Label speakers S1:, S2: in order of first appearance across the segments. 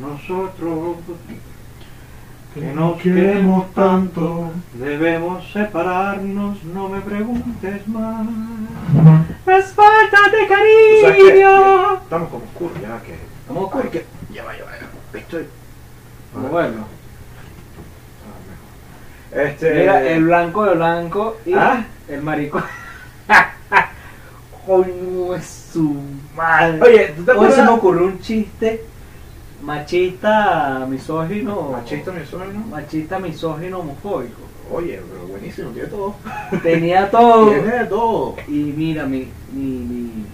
S1: Nosotros
S2: que nos queremos tanto.
S1: debemos separarnos, no me preguntes más. Es falta de cariño.
S3: Estamos como oscuros ya que.
S1: ¿Cómo ocurre que-
S3: Ya va, ya va. ya va. Ah, Estoy. A ver,
S1: Bueno,
S3: a ver. Este.
S1: era el blanco de blanco y
S3: ¿Ah?
S1: el maricón. Coño es su madre.
S3: Oye, ¿tú te
S1: Hoy se me
S3: acuerdas?
S1: ocurrió un chiste machista, misógino.
S3: Machista mi sueño.
S1: Machista, misógino, homofóbico.
S3: Oye, pero buenísimo, tiene todo.
S1: Tenía todo.
S3: Tiene de todo.
S1: Y mira, mi, mi, mi-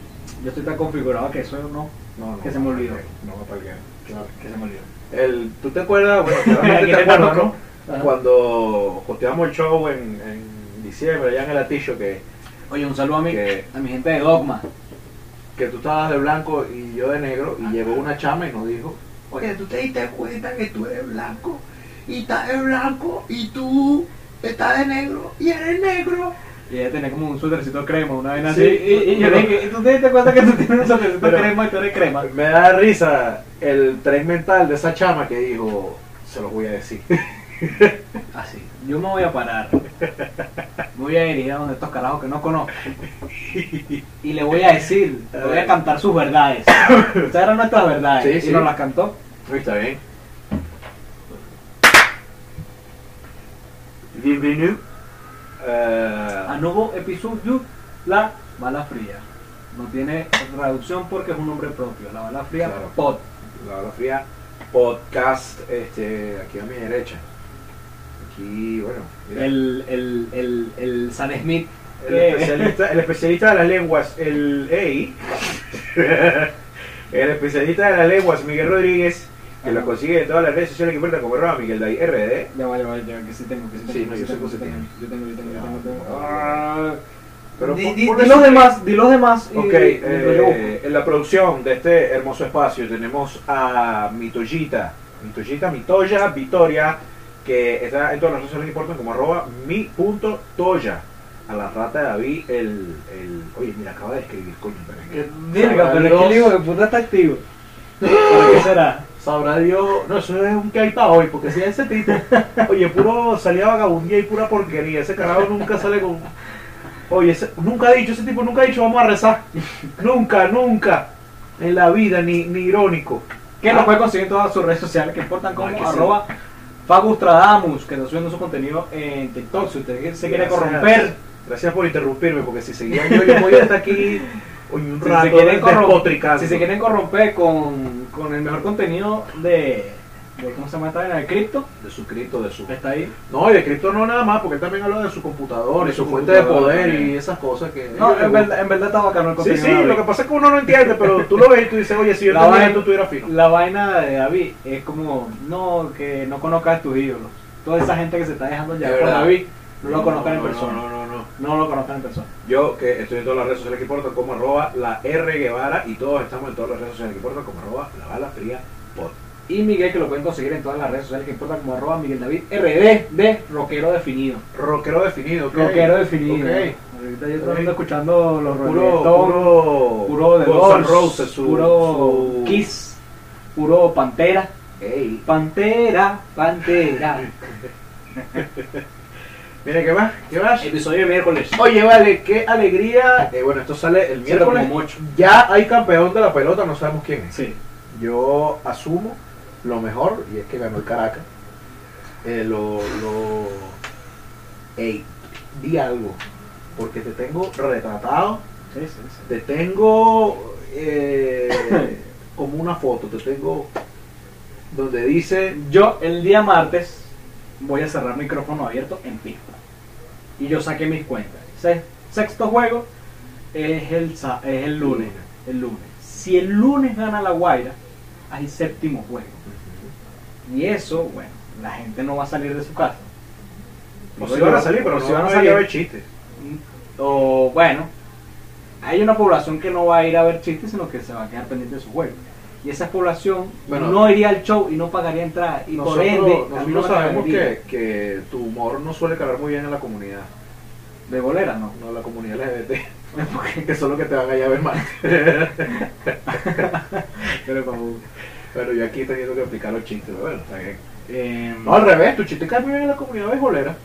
S1: Yo estoy tan configurado que eso no.
S3: No, no.
S1: Que se me olvidó.
S3: No me palgué. Claro.
S1: Que se me olvidó.
S3: El, ¿Tú te acuerdas? Bueno, claramente
S1: Aquí
S3: te
S1: en el
S3: acuerdas,
S1: barco.
S3: ¿no?
S1: Ajá.
S3: Cuando hosteamos el show en, en diciembre, allá en el Atillo, que,
S1: Oye, un saludo a mi,
S3: Que-
S1: a mi gente de Dogma.
S3: que tú estabas de blanco y yo de negro, y llegó una chama y nos dijo, oye, ¿tú te diste cuenta que tú eres blanco? Y estás de blanco, y tú estás de negro, y eres negro.
S1: Y ella tenía como un suétercito crema, una vaina
S3: Sí,
S1: así. Y, y yo
S3: pero-
S1: le dije, ¿tú te diste cuenta que tú tienes un suétercito
S3: Pero-
S1: crema y tú eres crema?
S3: Me da risa el tren mental de esa chama que dijo, se los voy a decir.
S1: Así. Ah, Yo me voy a parar. Me voy a dirigir a donde estos carajos que no conozco. Y le voy a decir, le voy a cantar sus verdades. Estas eran nuestras verdades.
S3: Sí,
S1: y
S3: sí.
S1: nos las cantó.
S3: Uy, Está bien. Bienvenido.
S1: A
S3: Eh,
S1: nuevo episodio, la bala fría. No tiene traducción porque es un nombre propio. La bala fría,
S3: Claro.
S1: pod.
S3: la hora fría podcast este aquí a mi derecha. Aquí, bueno, mira,
S1: El, E. el, el, el San Smith.
S3: el
S1: que-
S3: especialista, el especialista de las lenguas, el EI. el especialista de las lenguas, Miguel Rodríguez, que lo consigue en todas las redes sociales que cuenta como arroba Miguel Day RD.
S1: Ya va, ya va, ya va, que sí tengo, que sí tengo.
S3: Sí, no,
S1: que
S3: yo sé
S1: tengo,
S3: que sí
S1: tengo,
S3: tiene.
S1: Yo tengo, yo tengo, yo
S3: Ya.
S1: tengo. tengo.
S3: Ah,
S1: Pero di,
S3: pon-
S1: di,
S3: pon
S1: di
S3: eso
S1: los
S3: que-
S1: demás, di los demás. y-
S3: Ok,
S1: y-
S3: eh,
S1: y yo busco.
S3: en la producción de este hermoso espacio tenemos a Mitoyita, Mitoyita, Mitoya, Vitoria, que está en todas las redes sociales que importan como arroba mi.toya. A la rata de David, el, el... Oye, mira, acaba de escribir, coño. pero es
S1: Que
S3: que-
S1: verga,
S3: sabrá
S1: pero es que le digo
S3: Dios,
S1: que puta está activo. ¿Para qué será?
S3: sabrá Dios... No, eso es un que hay para hoy, porque si es ese tipo... Oye, puro salía vagabundía y pura porquería. Ese carajo nunca sale con... Oye, ese- nunca ha dicho, ese tipo nunca ha dicho, vamos a rezar. Nunca, nunca. En la vida, ni, ni irónico.
S1: Que lo puede conseguir en todas sus redes sociales que importan como
S3: Ay, Ah. que sí.
S1: arroba Fagustradamus, que está subiendo su contenido en TikTok. Si usted se quiere
S3: Gracias.
S1: corromper,
S3: Gracias por interrumpirme, porque si seguía yo, yo voy hasta aquí hoy un
S1: si
S3: rato
S1: se quieren, corrom-
S3: despotricando.
S1: si se quieren corromper con, con el mejor contenido de, de ¿cómo se llama esta vaina? De cripto,
S3: De su cripto, de su...
S1: está ahí.
S3: No, y de cripto no nada más, porque él también habló de su computador,
S1: De
S3: y su
S1: su
S3: fuente de
S1: computador
S3: poder
S1: también.
S3: y esas cosas que...
S1: No, en verdad, en verdad está bacano
S3: Sí,
S1: el contenido.
S3: sí,
S1: de
S3: lo
S1: David.
S3: que pasa es que uno no entiende, pero tú lo ves y tú dices, oye, si yo
S1: La
S3: también
S1: vaina-
S3: tú estuvieras fino.
S1: La vaina de David es como, no, que no conozcas a tus ídolos. Toda esa gente que se está dejando
S3: Es
S1: llevar por
S3: verdad.
S1: David, no lo conozcan en
S3: no,
S1: persona.
S3: No, no, no, no.
S1: No lo conozcan en persona.
S3: Yo, que estoy en todas las redes sociales que importan, como arroba la R Guevara, y todos estamos en todas las redes sociales que importan, como arroba la bala fría pod.
S1: Y Miguel, que lo pueden conseguir en todas las redes sociales que importan, como arroba Miguel David RD de Rockero Definido.
S3: Rockero definido, ok.
S1: Rockero Definido.
S3: Ok.
S1: Ahorita yo
S3: Ok.
S1: estoy escuchando los
S3: Puro,
S1: reggaetón,
S3: puro,
S1: puro de
S3: Guns N'
S1: Doors,
S3: Roses, su,
S1: puro
S3: su-
S1: Kiss, puro Pantera.
S3: Ey.
S1: Pantera, Pantera.
S3: Mira, ¿qué más? ¿Qué más?
S1: Episodio de miércoles.
S3: Oye, vale, qué alegría. Eh, bueno, esto sale el
S1: Siete como
S3: miércoles.
S1: ocho.
S3: Ya hay campeón de la pelota, no sabemos quién es.
S1: Sí.
S3: Yo asumo lo mejor, y es que ganó el Caracas. Eh, lo, lo... Ey, di algo, porque te tengo retratado,
S1: Sí, sí, sí.
S3: te tengo eh, como una foto, te tengo donde dice
S1: Yo el día martes voy a cerrar micrófono abierto en pista. Y yo saqué mis cuentas. Se- Sexto juego es el, sa- es el lunes. El lunes. Si el lunes gana la Guaira, hay séptimo juego. Y eso, bueno, la gente no va a salir de su casa.
S3: O
S1: Digo
S3: si van
S1: yo,
S3: a salir, Pues pero
S1: o
S3: no
S1: si van a
S3: salir a ver
S1: salir.
S3: chistes.
S1: O bueno, hay una población que no va a ir a ver chistes, sino que se va a quedar pendiente de su juego. Y esa población
S3: Bueno,
S1: no iría al show y no pagaría entrada. Y por ende, a mí no
S3: nosotros
S1: me
S3: sabemos que,
S1: pagaría.
S3: que tu humor no suele calar muy bien en la comunidad,
S1: De bolera, no.
S3: no en la comunidad LGBT,
S1: Porque
S3: que son los que te van a ir a ver más.
S1: Pero como,
S4: Pero yo aquí teniendo que explicar los chistes, bueno, está bien.
S1: eh,
S4: No, al revés, tu chiste cae muy bien en la comunidad beisbolera.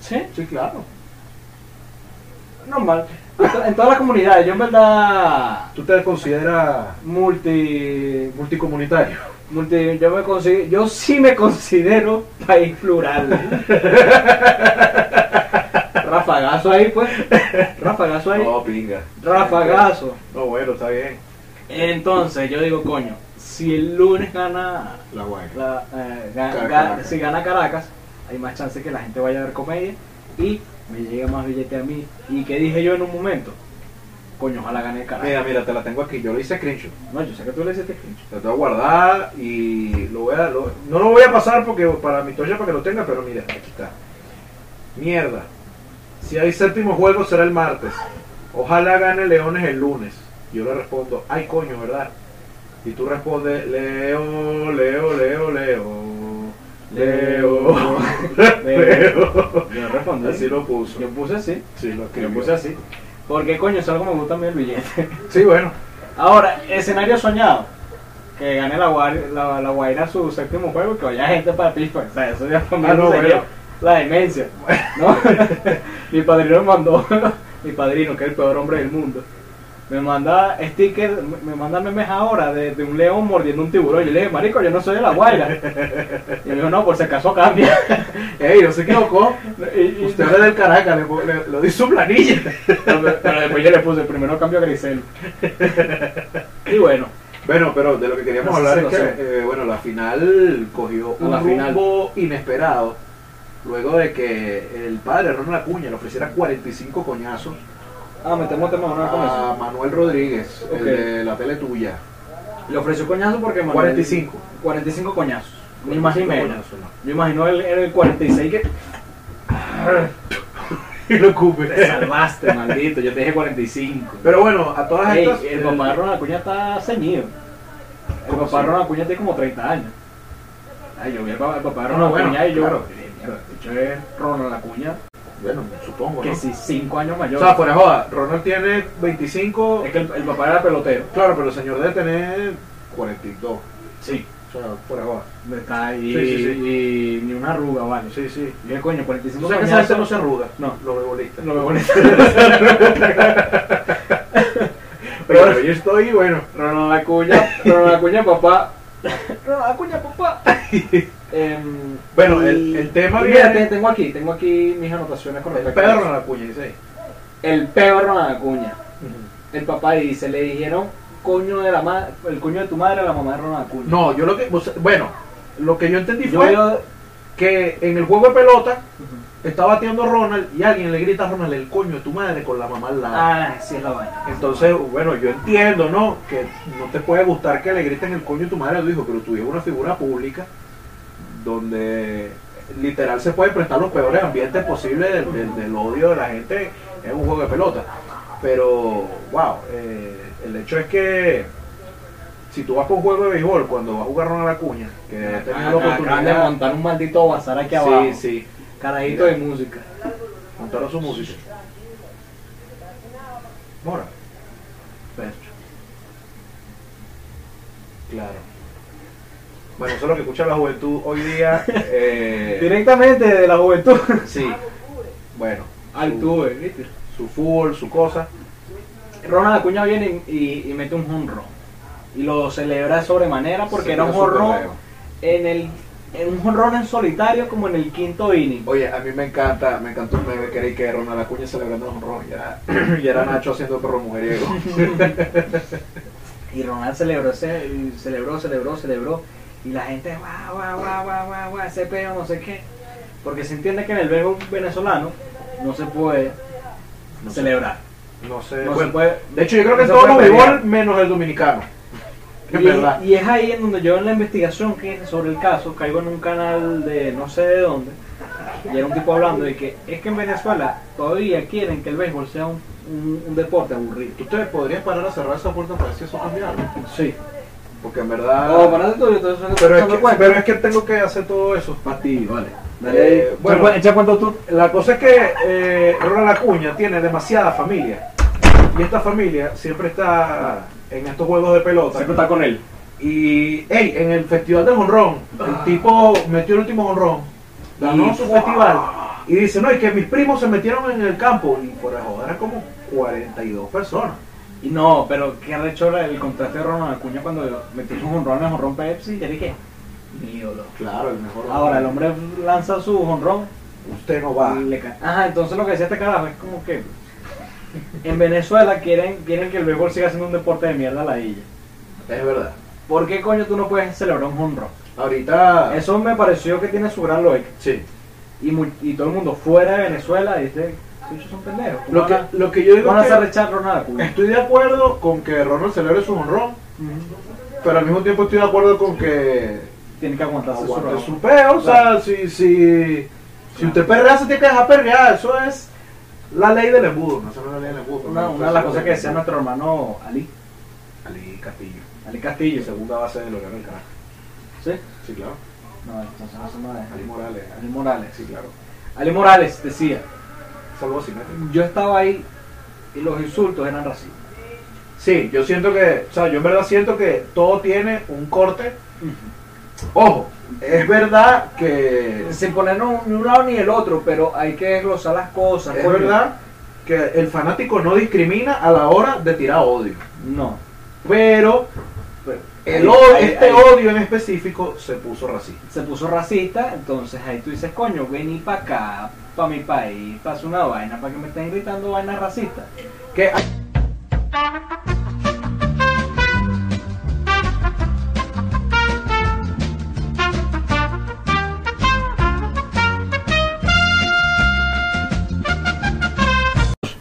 S1: Sí,
S4: Sí, claro.
S1: normal. En to- En toda la comunidad, yo en verdad
S4: ¿Tú te consideras
S1: multi
S4: multicomunitario?
S1: Multi- yo, me consi- yo sí me considero país plural. Rafagazo ahí, pues. Rafagazo ahí.
S4: No, pinga.
S1: Rafagazo.
S4: No, bueno, está bien.
S1: Entonces, yo digo, coño, si el lunes gana,
S4: La guay.
S1: la- eh, ga-
S4: Cara-
S1: ga-
S4: Caracas.
S1: si gana Caracas, hay más chance que la gente vaya a ver comedia y me llega más billete a mí. ¿Y qué dije yo en un momento? Coño, ojalá gane Caracas.
S4: Mira, mira, te la tengo aquí. Yo lo hice screenshot.
S1: No, yo sé que tú le hiciste screenshot.
S4: Lo tengo guardada y lo voy a, lo- no lo voy a pasar porque para mi toya para que lo tenga, pero mira, aquí está. Mierda. Si hay séptimo juego será el martes. Ojalá gane Leones el lunes. Yo le respondo, ay coño, ¿verdad? Y tú respondes, Leo, Leo, Leo, Leo. Leo. Leo.
S1: Yo respondí.
S4: Así lo puso.
S1: Yo puse así.
S4: Sí, lo
S1: Que lo
S4: escribió.
S1: puse así. Porque coño, es algo que me gusta a mí el billete.
S4: Sí, bueno.
S1: Ahora, escenario soñado. Que gane la, Guar- la, la Guaira su séptimo juego y que vaya gente para Pittsburgh. O sea, eso ya para mí
S4: Ah, no,
S1: sería
S4: bueno.
S1: la demencia. ¿no? mi padrino me mandó, mi padrino, que es el peor hombre del mundo, me manda stickers, me manda memes ahora de, de un león mordiendo un tiburón. Yo le dije, marico, yo no soy de la Guaira. Y él dijo, no, por si acaso cambia.
S4: Ey, no se equivocó.
S1: Y- y-
S4: Usted era del Caracas, le, po- le- lo di su planilla.
S1: Pero, pero después yo le puse, primero cambio a Grisel. Y bueno,
S4: Bueno, pero de lo que queríamos
S1: No, sí,
S4: hablar
S1: sí,
S4: es
S1: lo
S4: que eh, bueno, la final cogió
S1: A
S4: un
S1: la final.
S4: rumbo inesperado luego de que el padre Ronald Acuña le ofreciera 45 coñazos
S1: ah, metemos tema no con
S4: a
S1: eso.
S4: Manuel Rodríguez,
S1: Ok.
S4: el de la tele tuya.
S1: Le ofreció coñazo porque Manuel-
S4: 45.
S1: 45 coñazos. Ni más ni
S4: 45
S1: menos.
S4: coñazos, no.
S1: Yo imagino el, el 46 que.
S4: Y lo cubre.
S1: Te salvaste, maldito. Yo te dije 45.
S4: Pero bueno, a todas
S1: Ey,
S4: estas... eh,
S1: el papá de Ronald Acuña está ceñido. El
S4: ¿Cómo
S1: papá de
S4: así?
S1: Ronald Acuña tiene como 30 años. Ay, yo vi al papá, al papá de Ronald
S4: bueno,
S1: Acuña y yo. "Eh,
S4: claro.
S1: Mierda, de hecho es Ronald Acuña,
S4: Bueno, supongo,
S1: que
S4: ¿no?
S1: sí, 5 años
S4: O
S1: mayor.
S4: sea, fuera de joda, Ronald tiene 25...
S1: Es que el, el papá era pelotero.
S4: Claro, pero el señor debe tener 42. O
S1: Sí.
S4: sea, fuera de joda.
S1: Está ahí
S4: Sí, sí,
S1: y ni una arruga, vale.
S4: Sí, sí.
S1: Y el coño,
S4: ¿Tú
S1: 45
S4: sabes que esa gente no se arruga?
S1: No.
S4: Los beisbolistas.
S1: Lo veo bonito.
S4: Pero bueno, yo estoy, bueno...
S1: Ronald Acuña, Ronald Acuña, papá. Ronald Acuña, papá. Em,
S4: Bueno,
S1: y-
S4: el- el tema
S1: y mira,
S4: viene-
S1: te- tengo aquí, tengo aquí mis anotaciones con
S4: El
S1: respecto a
S4: perro
S1: eso.
S4: no la cuña, dice ahí.
S1: El peor Ronald Acuña. El papá dice, le dijeron coño de la ma- el coño de tu madre a la mamá de Ronald Acuña.
S4: No, yo lo que. o sea, Bueno, lo que yo entendí
S1: yo
S4: fue
S1: veo-
S4: que en el juego de pelota está batiendo Ronald y alguien le grita a Ronald el coño de tu madre con la mamá al lado.
S1: Ah, sí es la vaina.
S4: Entonces, bueno, yo entiendo, ¿no? Que no te puede gustar que le griten el coño de tu madre a tu hijo, pero tu hijo es una figura pública donde literal se puede prestar los peores ambientes posibles del, del- del odio de la gente en un juego de pelota. Pero, wow, eh, el hecho es que si tú vas con un juego de béisbol, cuando vas a jugar Ronald Acuña, que ha tenido la
S1: Acaban de
S4: oportunidad...
S1: Ah, montar un maldito bazar aquí abajo.
S4: ah, Sí, sí,
S1: Carajito de música.
S4: montaron su música. Mora.
S1: Percho.
S4: Claro. Bueno, eso es lo que escucha la juventud hoy día. Eh,
S1: Directamente de la juventud.
S4: sí. Bueno.
S1: Al
S4: su-
S1: tuve, ¿viste?
S4: Su fútbol, su cosa.
S1: Ronald Acuña viene y, y- y mete un honrón. Y lo celebra de sobremanera porque
S4: Se
S1: era un
S4: tira su
S1: honrón
S4: perreo.
S1: en el en un honrón en solitario como en el quinto inning.
S4: Oye, a mí me encanta, me encantó un meme que era y que Ronald Acuña celebrando los honrones. Y era, y era Nacho haciendo perro mujeriego.
S1: Y Ronald celebró, ese- y celebró, celebró, celebró. Y la gente, guau, guau, guau, guau, guau, guau, ese peo, no sé qué. Porque se entiende que en el verbo venezolano no se puede
S4: No sé.
S1: celebrar.
S4: No sé.
S1: No se
S4: bueno,
S1: puede-
S4: de hecho, yo creo que en
S1: no se
S4: todos los
S1: puede
S4: béisbol
S1: pelear.
S4: menos el dominicano. Es
S1: Y,
S4: verdad.
S1: y es ahí en donde yo en la investigación que sobre el caso caigo en un canal de no sé de dónde y era un tipo hablando de que es que en Venezuela todavía quieren que el béisbol sea un, un- un deporte aburrido.
S4: ¿Tú te podrías parar a cerrar esa puerta para decir eso Oh, cambiar?
S1: Sí.
S4: Porque en verdad.
S1: No, Ah, para tú, yo estoy haciendo-
S4: pero, es
S1: echando
S4: que,
S1: cuenta.
S4: pero es que tengo que hacer todo eso.
S1: Para ti, vale.
S4: Eh,
S1: ahí.
S4: bueno.
S1: Echa cu- echa cuento tú.
S4: La cosa es que eh, Ronald Acuña tiene demasiada familia. Y esta familia siempre está en estos juegos de pelota.
S1: con él.
S4: Y, hey, en el festival del honrón, el tipo metió el último honrón, ganó su festival. Y dice, no, es que mis primos se metieron en el campo. Y por la joda eran como 42 personas.
S1: Y no, pero qué rechora el contraste de Ronald Acuña cuando metió un honrón en honrón Pepsi. Yo dije, mi ídolo.
S4: Claro, el mejor.
S1: Ahora el hombre lanza su honrón
S4: Usted no va.
S1: y le cae. Ajá, entonces lo que decía este carajo es como que en Venezuela quieren, quieren que el béisbol siga siendo un deporte de mierda a la isla.
S4: Es verdad.
S1: ¿Por qué coño tú no puedes celebrar un honrón?
S4: Ahorita.
S1: Eso me pareció que tiene su gran lógica.
S4: Sí.
S1: Y, mu- y todo el mundo fuera de Venezuela dice, muchos son pendejos. ¿cómo
S4: Lo que,
S1: van a-
S4: lo que yo digo
S1: van a
S4: es que Eh.
S1: hacer rechar Ronald Acuña?
S4: estoy de acuerdo con que Ronald celebre su honrón,
S1: Ujú.
S4: pero al mismo tiempo estoy de acuerdo con que
S1: Tiene que aguantarse su
S4: aguante
S1: honrón.
S4: su peo. O sea, si, si, si usted perrea, se tiene que dejar perrear. Eso es la ley del embudo. No, eso no es la ley del embudo. pero
S1: Una,
S4: no,
S1: una de las
S4: eso es
S1: cosas
S4: la
S1: que
S4: ley
S1: decía
S4: del embudo.
S1: nuestro hermano Ali,
S4: Ali Castillo,
S1: Ali Castillo, seguro.
S4: segunda base de Loreano del Carajo.
S1: ¿Sí?
S4: Sí, claro.
S1: No, entonces no se me deja.
S4: Ali Morales. eh.
S1: Ali Morales.
S4: Sí, claro.
S1: Ali Morales decía,
S4: Salvo simétrico.
S1: yo estaba ahí y los insultos eran racistas.
S4: Sí, yo siento que, o sea, yo en verdad siento que todo tiene un corte. Ojo, es verdad que
S1: Sin ponernos ni un lado ni el otro, pero hay que desglosar las cosas.
S4: es
S1: coño.
S4: verdad que el fanático no discrimina a la hora de tirar odio,
S1: No.
S4: pero el
S1: Ahí-
S4: odio,
S1: ahí-
S4: este
S1: ahí
S4: odio en específico se puso racista.
S1: Se puso racista, entonces ahí tú dices, coño, vení para acá, para mi país, pasa una vaina, para que me estén gritando vainas racistas.
S4: Que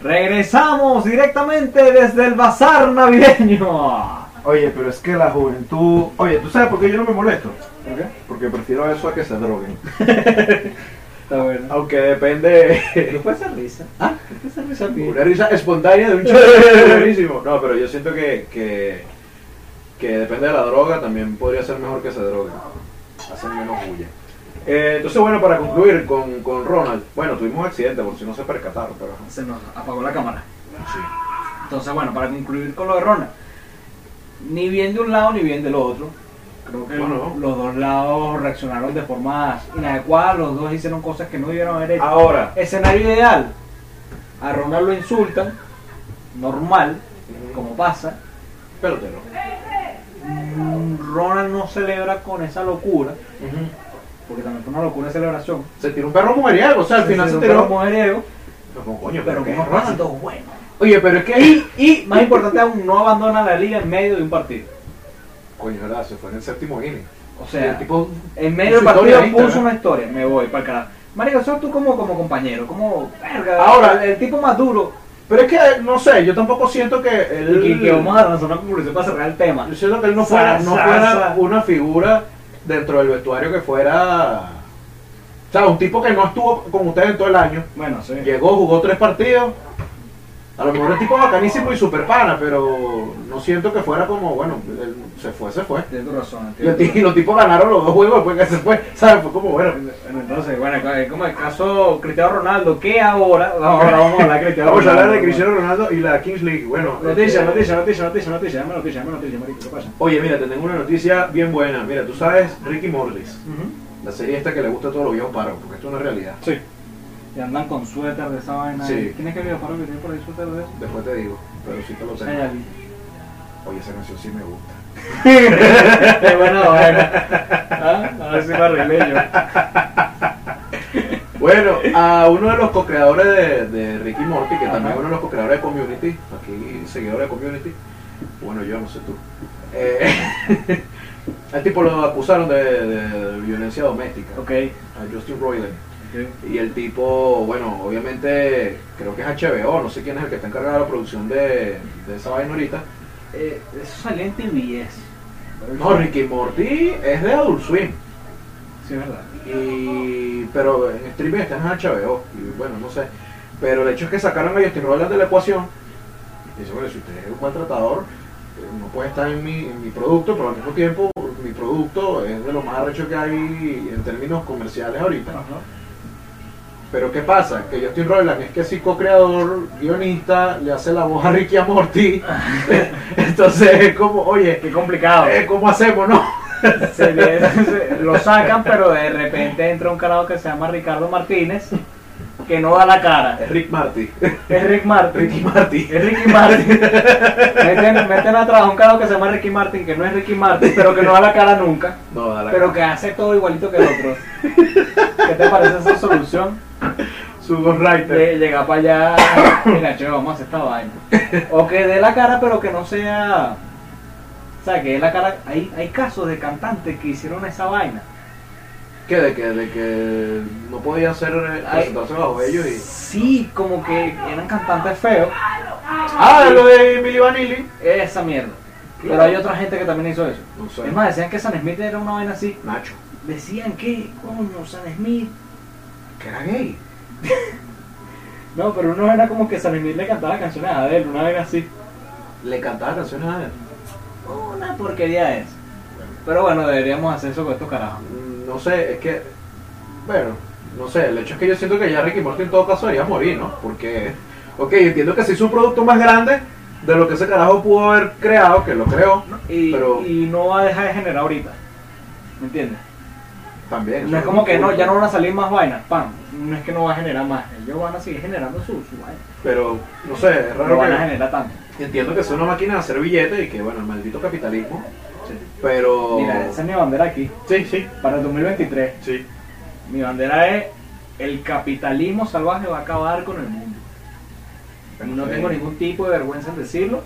S1: Regresamos directamente desde el bazar navideño.
S4: Oye, pero es que la juventud, oye, ¿tú sabes por qué yo no me molesto?
S1: ¿Por qué?
S4: Porque prefiero eso a que se droguen.
S1: Está bueno.
S4: Aunque depende
S1: ¿Qué fue esa risa? ¿Ah? ¿Qué fue esa risa?
S4: Una risa espontánea de un chiste buenísimo. No, pero yo siento que, que, que depende de la droga, también podría ser mejor que se droguen. Hacen menos bulla. Eh, entonces, bueno, para concluir con, con Ronald, bueno, tuvimos un accidente, por si no se percataron, pero...
S1: Se nos apagó la cámara.
S4: Sí.
S1: Entonces, bueno, para concluir con lo de Ronald, ni bien de un lado ni bien del otro. Creo que
S4: Bueno.
S1: los dos lados reaccionaron de formas inadecuadas, los dos hicieron cosas que no debieron haber hecho.
S4: Ahora,
S1: Escenario ideal. A Ronald lo insultan, normal, como pasa.
S4: pelotero.
S1: Mm, Ronald no celebra con esa locura, porque también fue una locura de celebración.
S4: Se tiró un perro mujeriego, o sea, al final se tiró...
S1: mujeriego,
S4: Pero, coño,
S1: pero
S4: ¿qué
S1: con unos
S4: es Ronald?
S1: pasitos buenos.
S4: Oye, pero es que ahí...
S1: Y más importante aún, no abandona la liga en medio de un partido.
S4: Coño, verdad, se fue en el séptimo inning.
S1: O
S4: Y
S1: sea,
S4: el tipo...
S1: en medio del
S4: su
S1: partido
S4: historia de
S1: puso
S4: Instagram.
S1: una historia. Me voy para el carajo. Marico, eso tú como, como compañero, como verga.
S4: Ahora-
S1: el, el tipo más duro.
S4: Pero es que, no sé, yo tampoco siento que él...
S1: Y que, que vamos a lanzar una conclusión para cerrar el tema.
S4: Yo siento que él no fuera,
S1: Sa,
S4: no
S1: sa,
S4: fuera
S1: sa.
S4: una figura dentro del vestuario que fuera. O sea, un tipo que no estuvo con ustedes en todo el año.
S1: Bueno, sí.
S4: Llegó, jugó tres partidos. A lo mejor es tipo bacanísimo y super pana, pero no siento que fuera como, bueno, él se fue, se fue.
S1: Tienes tu razón.
S4: Y
S1: tienes tu
S4: los, ti- y
S1: razón.
S4: los tipos ganaron los dos juegos después que se fue. ¿Sabes? Fue como, bueno.
S1: Bueno, Entonces, bueno, es como el caso Cristiano Ronaldo, que ahora, ahora vamos a hablar de Cristiano
S4: Vamos a
S1: Ronaldo.
S4: hablar de Cristiano Ronaldo y la Kings League. Bueno,
S1: Noticia,
S4: este,
S1: noticia, noticia, noticia, noticia, dame noticia, dame noticia, marico, ¿qué pasa?
S4: Oye, mira, te tengo una noticia bien buena. Mira, tú sabes Ricky Morris, la serie esta que le gusta a todos los viejos paros, porque esto es una realidad.
S1: Sí. Y andan con suéter de esa vaina. ¿eh?
S4: Sí.
S1: ¿Quién es que vio para que tiene por ahí suéter de eso?
S4: Después te digo, pero sí te lo tengo.
S1: Ay,
S4: Oye, esa canción sí me gusta.
S1: Qué buena vaina. ¿Ah? A ver si la arreglé yo.
S4: Bueno, a uno de los co-creadores de, de Ricky Morty, que también
S1: Ajá.
S4: es uno de los co-creadores de Community, aquí seguidores de Community, bueno, yo no sé tú, eh, al tipo lo acusaron de, de violencia doméstica,
S1: Ok.
S4: a Justin Roiland.
S1: okay.
S4: Y el tipo, bueno, obviamente, creo que es HBO, no sé quién es el que está encargado de la producción de, de esa vaina ahorita.
S1: Eh, eso salió en TBS.
S4: No, Ricky Morty es de Adult Swim.
S1: Sí, es verdad.
S4: y pero en streaming está en HBO y bueno no sé pero el hecho es que sacaron a Justin Roiland de la ecuación y dice bueno si usted es un maltratador eh, no puede estar en mi, en mi producto pero al mismo tiempo mi producto es de lo más arrecho que hay en términos comerciales ahorita Pero ¿qué pasa? Que Justin Roiland es que sí co-creador, guionista, le hace la voz a Ricky Amorti. Entonces es como, oye,
S1: Qué complicado.
S4: eh, ¿cómo hacemos, no?
S1: Se le- se- lo sacan, pero de repente entra un carajo que se llama Ricardo Martínez, que no da la cara.
S4: Es Rick Marty.
S1: Es Rick Martin.
S4: Ricky Marty.
S1: Es Ricky Martin. meten, meten a trabajar un carajo que se llama Ricky Martin, que no es Ricky Martin, pero que no da la cara nunca,
S4: No, da la
S1: pero que hace todo igualito que el otro. ¿Qué te parece esa solución?
S4: su ghostwriter.
S1: De llegar para allá, mira, che, vamos a hacer esta vaina. O que dé la cara, pero que no sea. O sea, que dé la cara. Hay, hay casos de cantantes que hicieron esa vaina.
S4: ¿Qué? De que, de que no podían hacer eh,
S1: Ay.
S4: presentarse bajo ellos y.
S1: Sí, como que eran cantantes feos.
S4: Ah, lo de Milly Vanilli.
S1: Esa mierda. Pero hay otra gente que también hizo eso.
S4: No sé.
S1: Es más, decían que San Smith era una vaina así.
S4: Nacho.
S1: Decían que, coño, San Smith.
S4: Que era gay.
S1: No, pero uno era como que San Smith le cantaba canciones a Adele, una vaina así.
S4: Le cantaba canciones a él.
S1: Una porquería es. Pero bueno, deberíamos hacer eso con estos carajos.
S4: Mm, No sé, es que. Bueno, no sé, el hecho es que yo siento que ya Ricky Morty en todo caso debería morir, ¿no? Porque. Ok, entiendo que se hizo un producto más grande de lo que ese carajo pudo haber creado, que lo creó,
S1: Y,
S4: pero
S1: y no va a dejar de generar ahorita. ¿Me entiendes?
S4: también.
S1: No es como que no, ya no van a salir más vainas, pam. No es que no va a generar más. Ellos van a seguir generando su, su vaina.
S4: Pero, no sé, es raro
S1: No van a
S4: que-
S1: generar tanto.
S4: Entiendo que es una máquina de hacer billetes y que, bueno, el maldito capitalismo. Pero.
S1: Mira, esa es mi bandera aquí.
S4: Sí, sí,
S1: Para el 2023,
S4: sí.
S1: mi bandera es el capitalismo salvaje va a acabar con el mundo. Y no
S4: Ok.
S1: tengo ningún tipo de vergüenza en decirlo.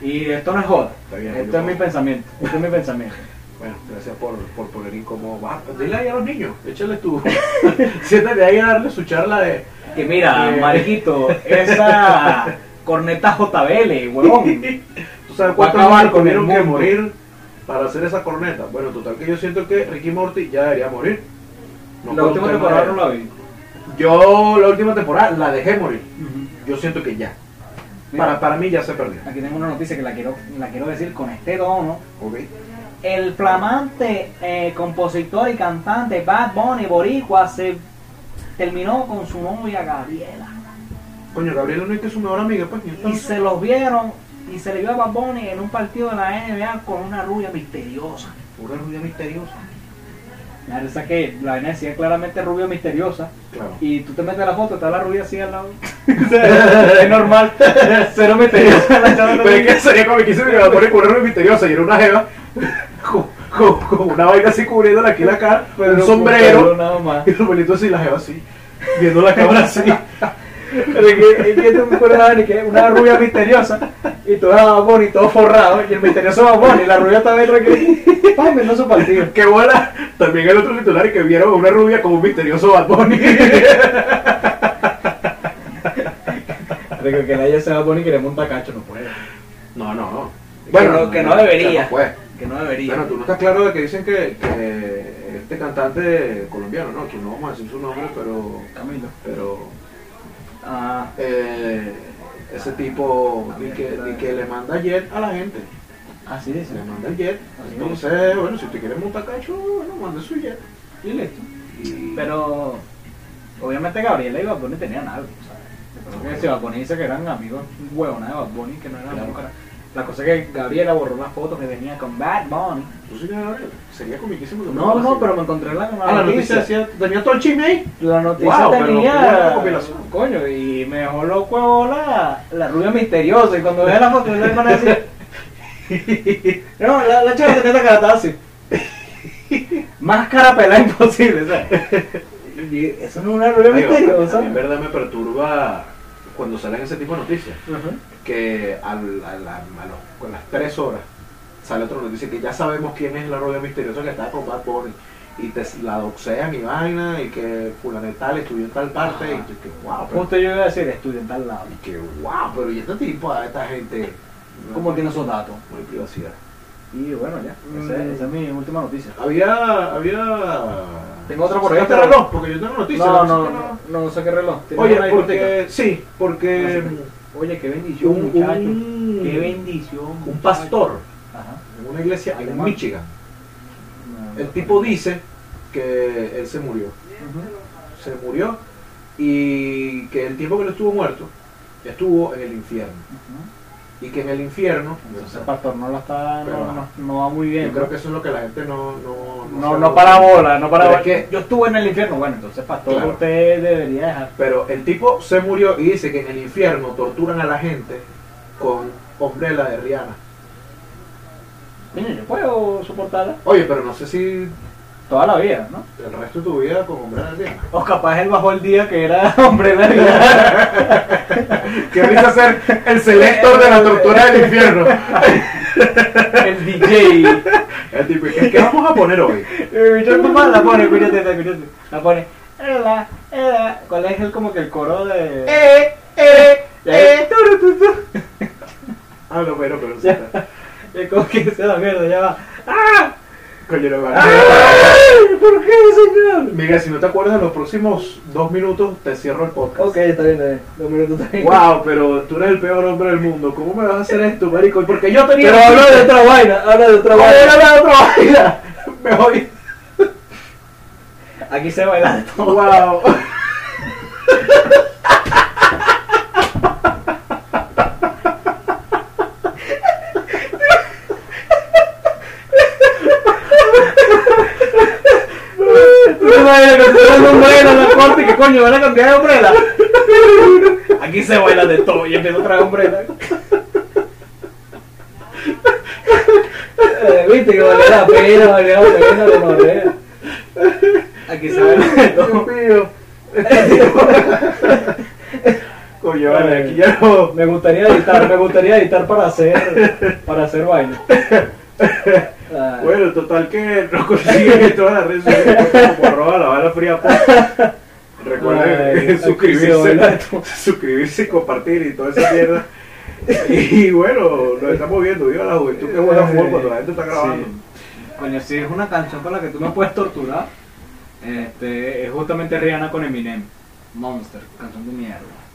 S1: Y esto no es joda.
S4: Está bien,
S1: esto
S4: yo
S1: es mi
S4: puedo.
S1: pensamiento. Esto es mi pensamiento.
S4: Bueno, gracias por, por poner incómodo. Va, dile ahí a los niños, échale tu. Siéntate ahí a darle su charla de.
S1: Que mira,
S4: Eh.
S1: mariquito, esa corneta JBL, huevón.
S4: ¿Tú sabes
S1: Va a
S4: cuántos
S1: acabar
S4: niños
S1: con el
S4: tuvieron que
S1: mundo.
S4: morir para hacer esa corneta? Bueno, total que yo siento que Ricky Morty ya debería morir. No
S1: la
S4: por
S1: última
S4: un tema
S1: temporada
S4: de-
S1: no la vi.
S4: Yo la última temporada la dejé morir. Yo siento que ya. Para, para mí ya se perdió.
S1: Aquí tengo una noticia que la quiero, la quiero decir con este tono.
S4: Ok.
S1: El flamante eh, compositor y cantante Bad Bunny Boricua se terminó con su novia Gabriela.
S4: Coño, Gabriel no es que es su mejor amiga, pues. ni un
S1: Y
S4: tanto.
S1: se los vieron y se le vio a Bad Bunny en un partido de la NBA con una rubia misteriosa.
S4: Una rubia misteriosa.
S1: La verdad es que la NBA decía claramente rubia misteriosa.
S4: Claro.
S1: Y tú te metes la foto, está la rubia así al lado. O sea, es normal. Cero misteriosa. La chava no
S4: Pero es
S1: tiene-
S4: que sería comiquísimo que la ponen con una rubia misteriosa y era una jeva. Con, con- con una vaina así cubriéndole aquí la cara,
S1: pero
S4: un
S1: con
S4: sombrero.
S1: pelo nada más.
S4: Y el abuelito así, la jeva así, viendo la cámara así.
S1: Pero es que, es que no me acuerdo ni que una rubia misteriosa y todo era Bad Bunny, todo forrado y el misterioso Bad Bunny, y la rubia estaba ahí tranquila. Ay, me no su partido.
S4: Que bola. También el otro titular que vieron a una rubia como un misterioso Bad Bunny.
S1: Pero que nadie se Bad Bunny y que le monta cacho, no puede.
S4: No, no, no.
S1: Bueno, que no debería.
S4: no fue.
S1: Que no debería.
S4: Bueno, tú no estás claro de que dicen que, que este cantante colombiano, ¿no? Que no vamos a decir su nombre, pero.
S1: Camilo.
S4: Pero.
S1: Ah,
S4: eh, ese tipo y que, di que le manda jet a la gente.
S1: así
S4: Se
S1: dice.
S4: le manda el jet.
S1: Así es.
S4: Entonces, bueno, si usted quiere montar cacho, bueno, mande su jet.
S1: Y listo.
S4: Y-
S1: Pero obviamente Gabriela y Bad Bunny tenían algo, ¿sabes? Yo creo que si Bad Bunny dice que eran amigos huevonas de Bad Bunny, que no eran
S4: Claro.
S1: amigos, cara. La cosa es que Gabriela borró las fotos que tenía con Bad Bunny.
S4: ¿Tú sí que Gabriel? Sería comiquísimo que
S1: No, no, pero me encontré la,
S4: Ah, la noticia decía, tenía todo el chisme ahí.
S1: La noticia
S4: Wow, pero fue una
S1: tenía.
S4: recopilación.
S1: Coño, y me dejó loco a bola la rubia misteriosa. Y cuando vea la foto, le van a decir. No, la, la chava tenía la cara estaba así. Más cara pelada imposible, ¿sabes? Y eso no es una rubia
S4: Digo,
S1: misteriosa.
S4: a mí en verdad me perturba cuando salen ese tipo de noticias.
S1: Ajá.
S4: Que al- a, la- a los- con las tres horas sale otra noticia que ya sabemos quién es la rubia misteriosa que está con Bad Bunny. Y te la doxean y vaina y que fulano de tal estudió en tal parte.
S1: Ajá.
S4: Y tú, que wow, pero,
S1: Justo yo iba a decir estudiantal lado.
S4: y que, wow, pero y este tipo, a esta gente.
S1: ¿Cómo tiene esos datos?
S4: No hay privacidad.
S1: Y bueno, ya. Esa,
S4: Mm.
S1: esa es mi última noticia.
S4: Había, había...
S1: Tengo otra por ahí.
S4: ¿Sacaste reloj? Porque yo tengo noticias.
S1: No,
S4: sé
S1: no,
S4: qué
S1: no, no saqué reloj. ¿Tienes
S4: Oye,
S1: una biblioteca?
S4: porque, sí, porque
S1: Oye, qué bendición,
S4: un,
S1: muchacho.
S4: un-
S1: Qué bendición.
S4: un pastor
S1: Ajá.
S4: en una iglesia en
S1: Alemán.
S4: Michigan, el tipo dice que él se murió. Se murió y que el tiempo que él estuvo muerto, estuvo en el infierno. Y que en el infierno,
S1: Entonces el pastor no la está,
S4: Pero,
S1: no, no- no va muy bien.
S4: yo creo que eso es lo que la gente no... No,
S1: No,
S4: se
S1: no para bola, no para
S4: Pero
S1: bola.
S4: es que-
S1: yo estuve en el infierno, bueno, entonces pastor,
S4: Claro.
S1: usted debería dejar.
S4: Pero el tipo se murió y dice que en el infierno torturan a la gente con ombrela de Rihanna.
S1: Coño, yo puedo soportarla
S4: Oye, pero no sé si
S1: toda la vida, ¿no?
S4: el resto de tu vida con ombrela de Rihanna.
S1: O capaz él bajó el día que era hombre de vida.
S4: Que risa ser el selector de la tortura del infierno.
S1: el DJ.
S4: El tipo, ¿qué, qué vamos a poner hoy?
S1: Eh, yo nomás la pone, cuídate, cuídate. La eh, pone. Ela, ela. ¿Cuál es el como que el coro de.?
S4: Eh, eh,
S1: Y ahí, turu, tu, tu.
S4: Ah, no, bueno, pero sí está.
S1: Y como que se la mierda, ya va. ¡Ah!
S4: Coño, no, vale.
S1: ¡Ay! ¿Por qué, señor?
S4: Miguel, si no te acuerdas de los próximos dos minutos, te cierro el podcast.
S1: Ok, está bien, está bien. Dos minutos está bien.
S4: Wow, pero tú eres el peor hombre del mundo. ¿Cómo me vas a hacer esto, marico? Porque yo tenía...
S1: Pero habla de otra vaina, habla de otra
S4: Oye,
S1: vaina.
S4: era la otra vaina. Me voy.
S1: Aquí se baila de todo.
S4: Wow.
S1: Tú te imaginas que se dan un baile en la corte y que coño, van a cambiar de ombrela. Aquí se baila de todo y empieza otra ombrela. Eh, Viste que vale la pena, vale la pena, vale la pena. Aquí se baila de todo.
S4: Dios mío. Coño, vale, aquí ya no.
S1: Me gustaría editar, me gustaría editar para hacer, para hacer baile. Ah,
S4: Bueno, total que no consiguen en todas las redes sociales como arroba la bala fría. podcast. Recuerden
S1: Ay, aquí ¿eh? se baila
S4: suscribirse,
S1: todo.
S4: suscribirse y compartir y toda esa mierda. Y bueno, nos estamos viendo. Viva la juventud que juega fútbol cuando la gente está grabando.
S1: Sí. Coño, si es una canción con la que tú me puedes torturar, este, es justamente Rihanna con Eminem. Monster, canción de mierda.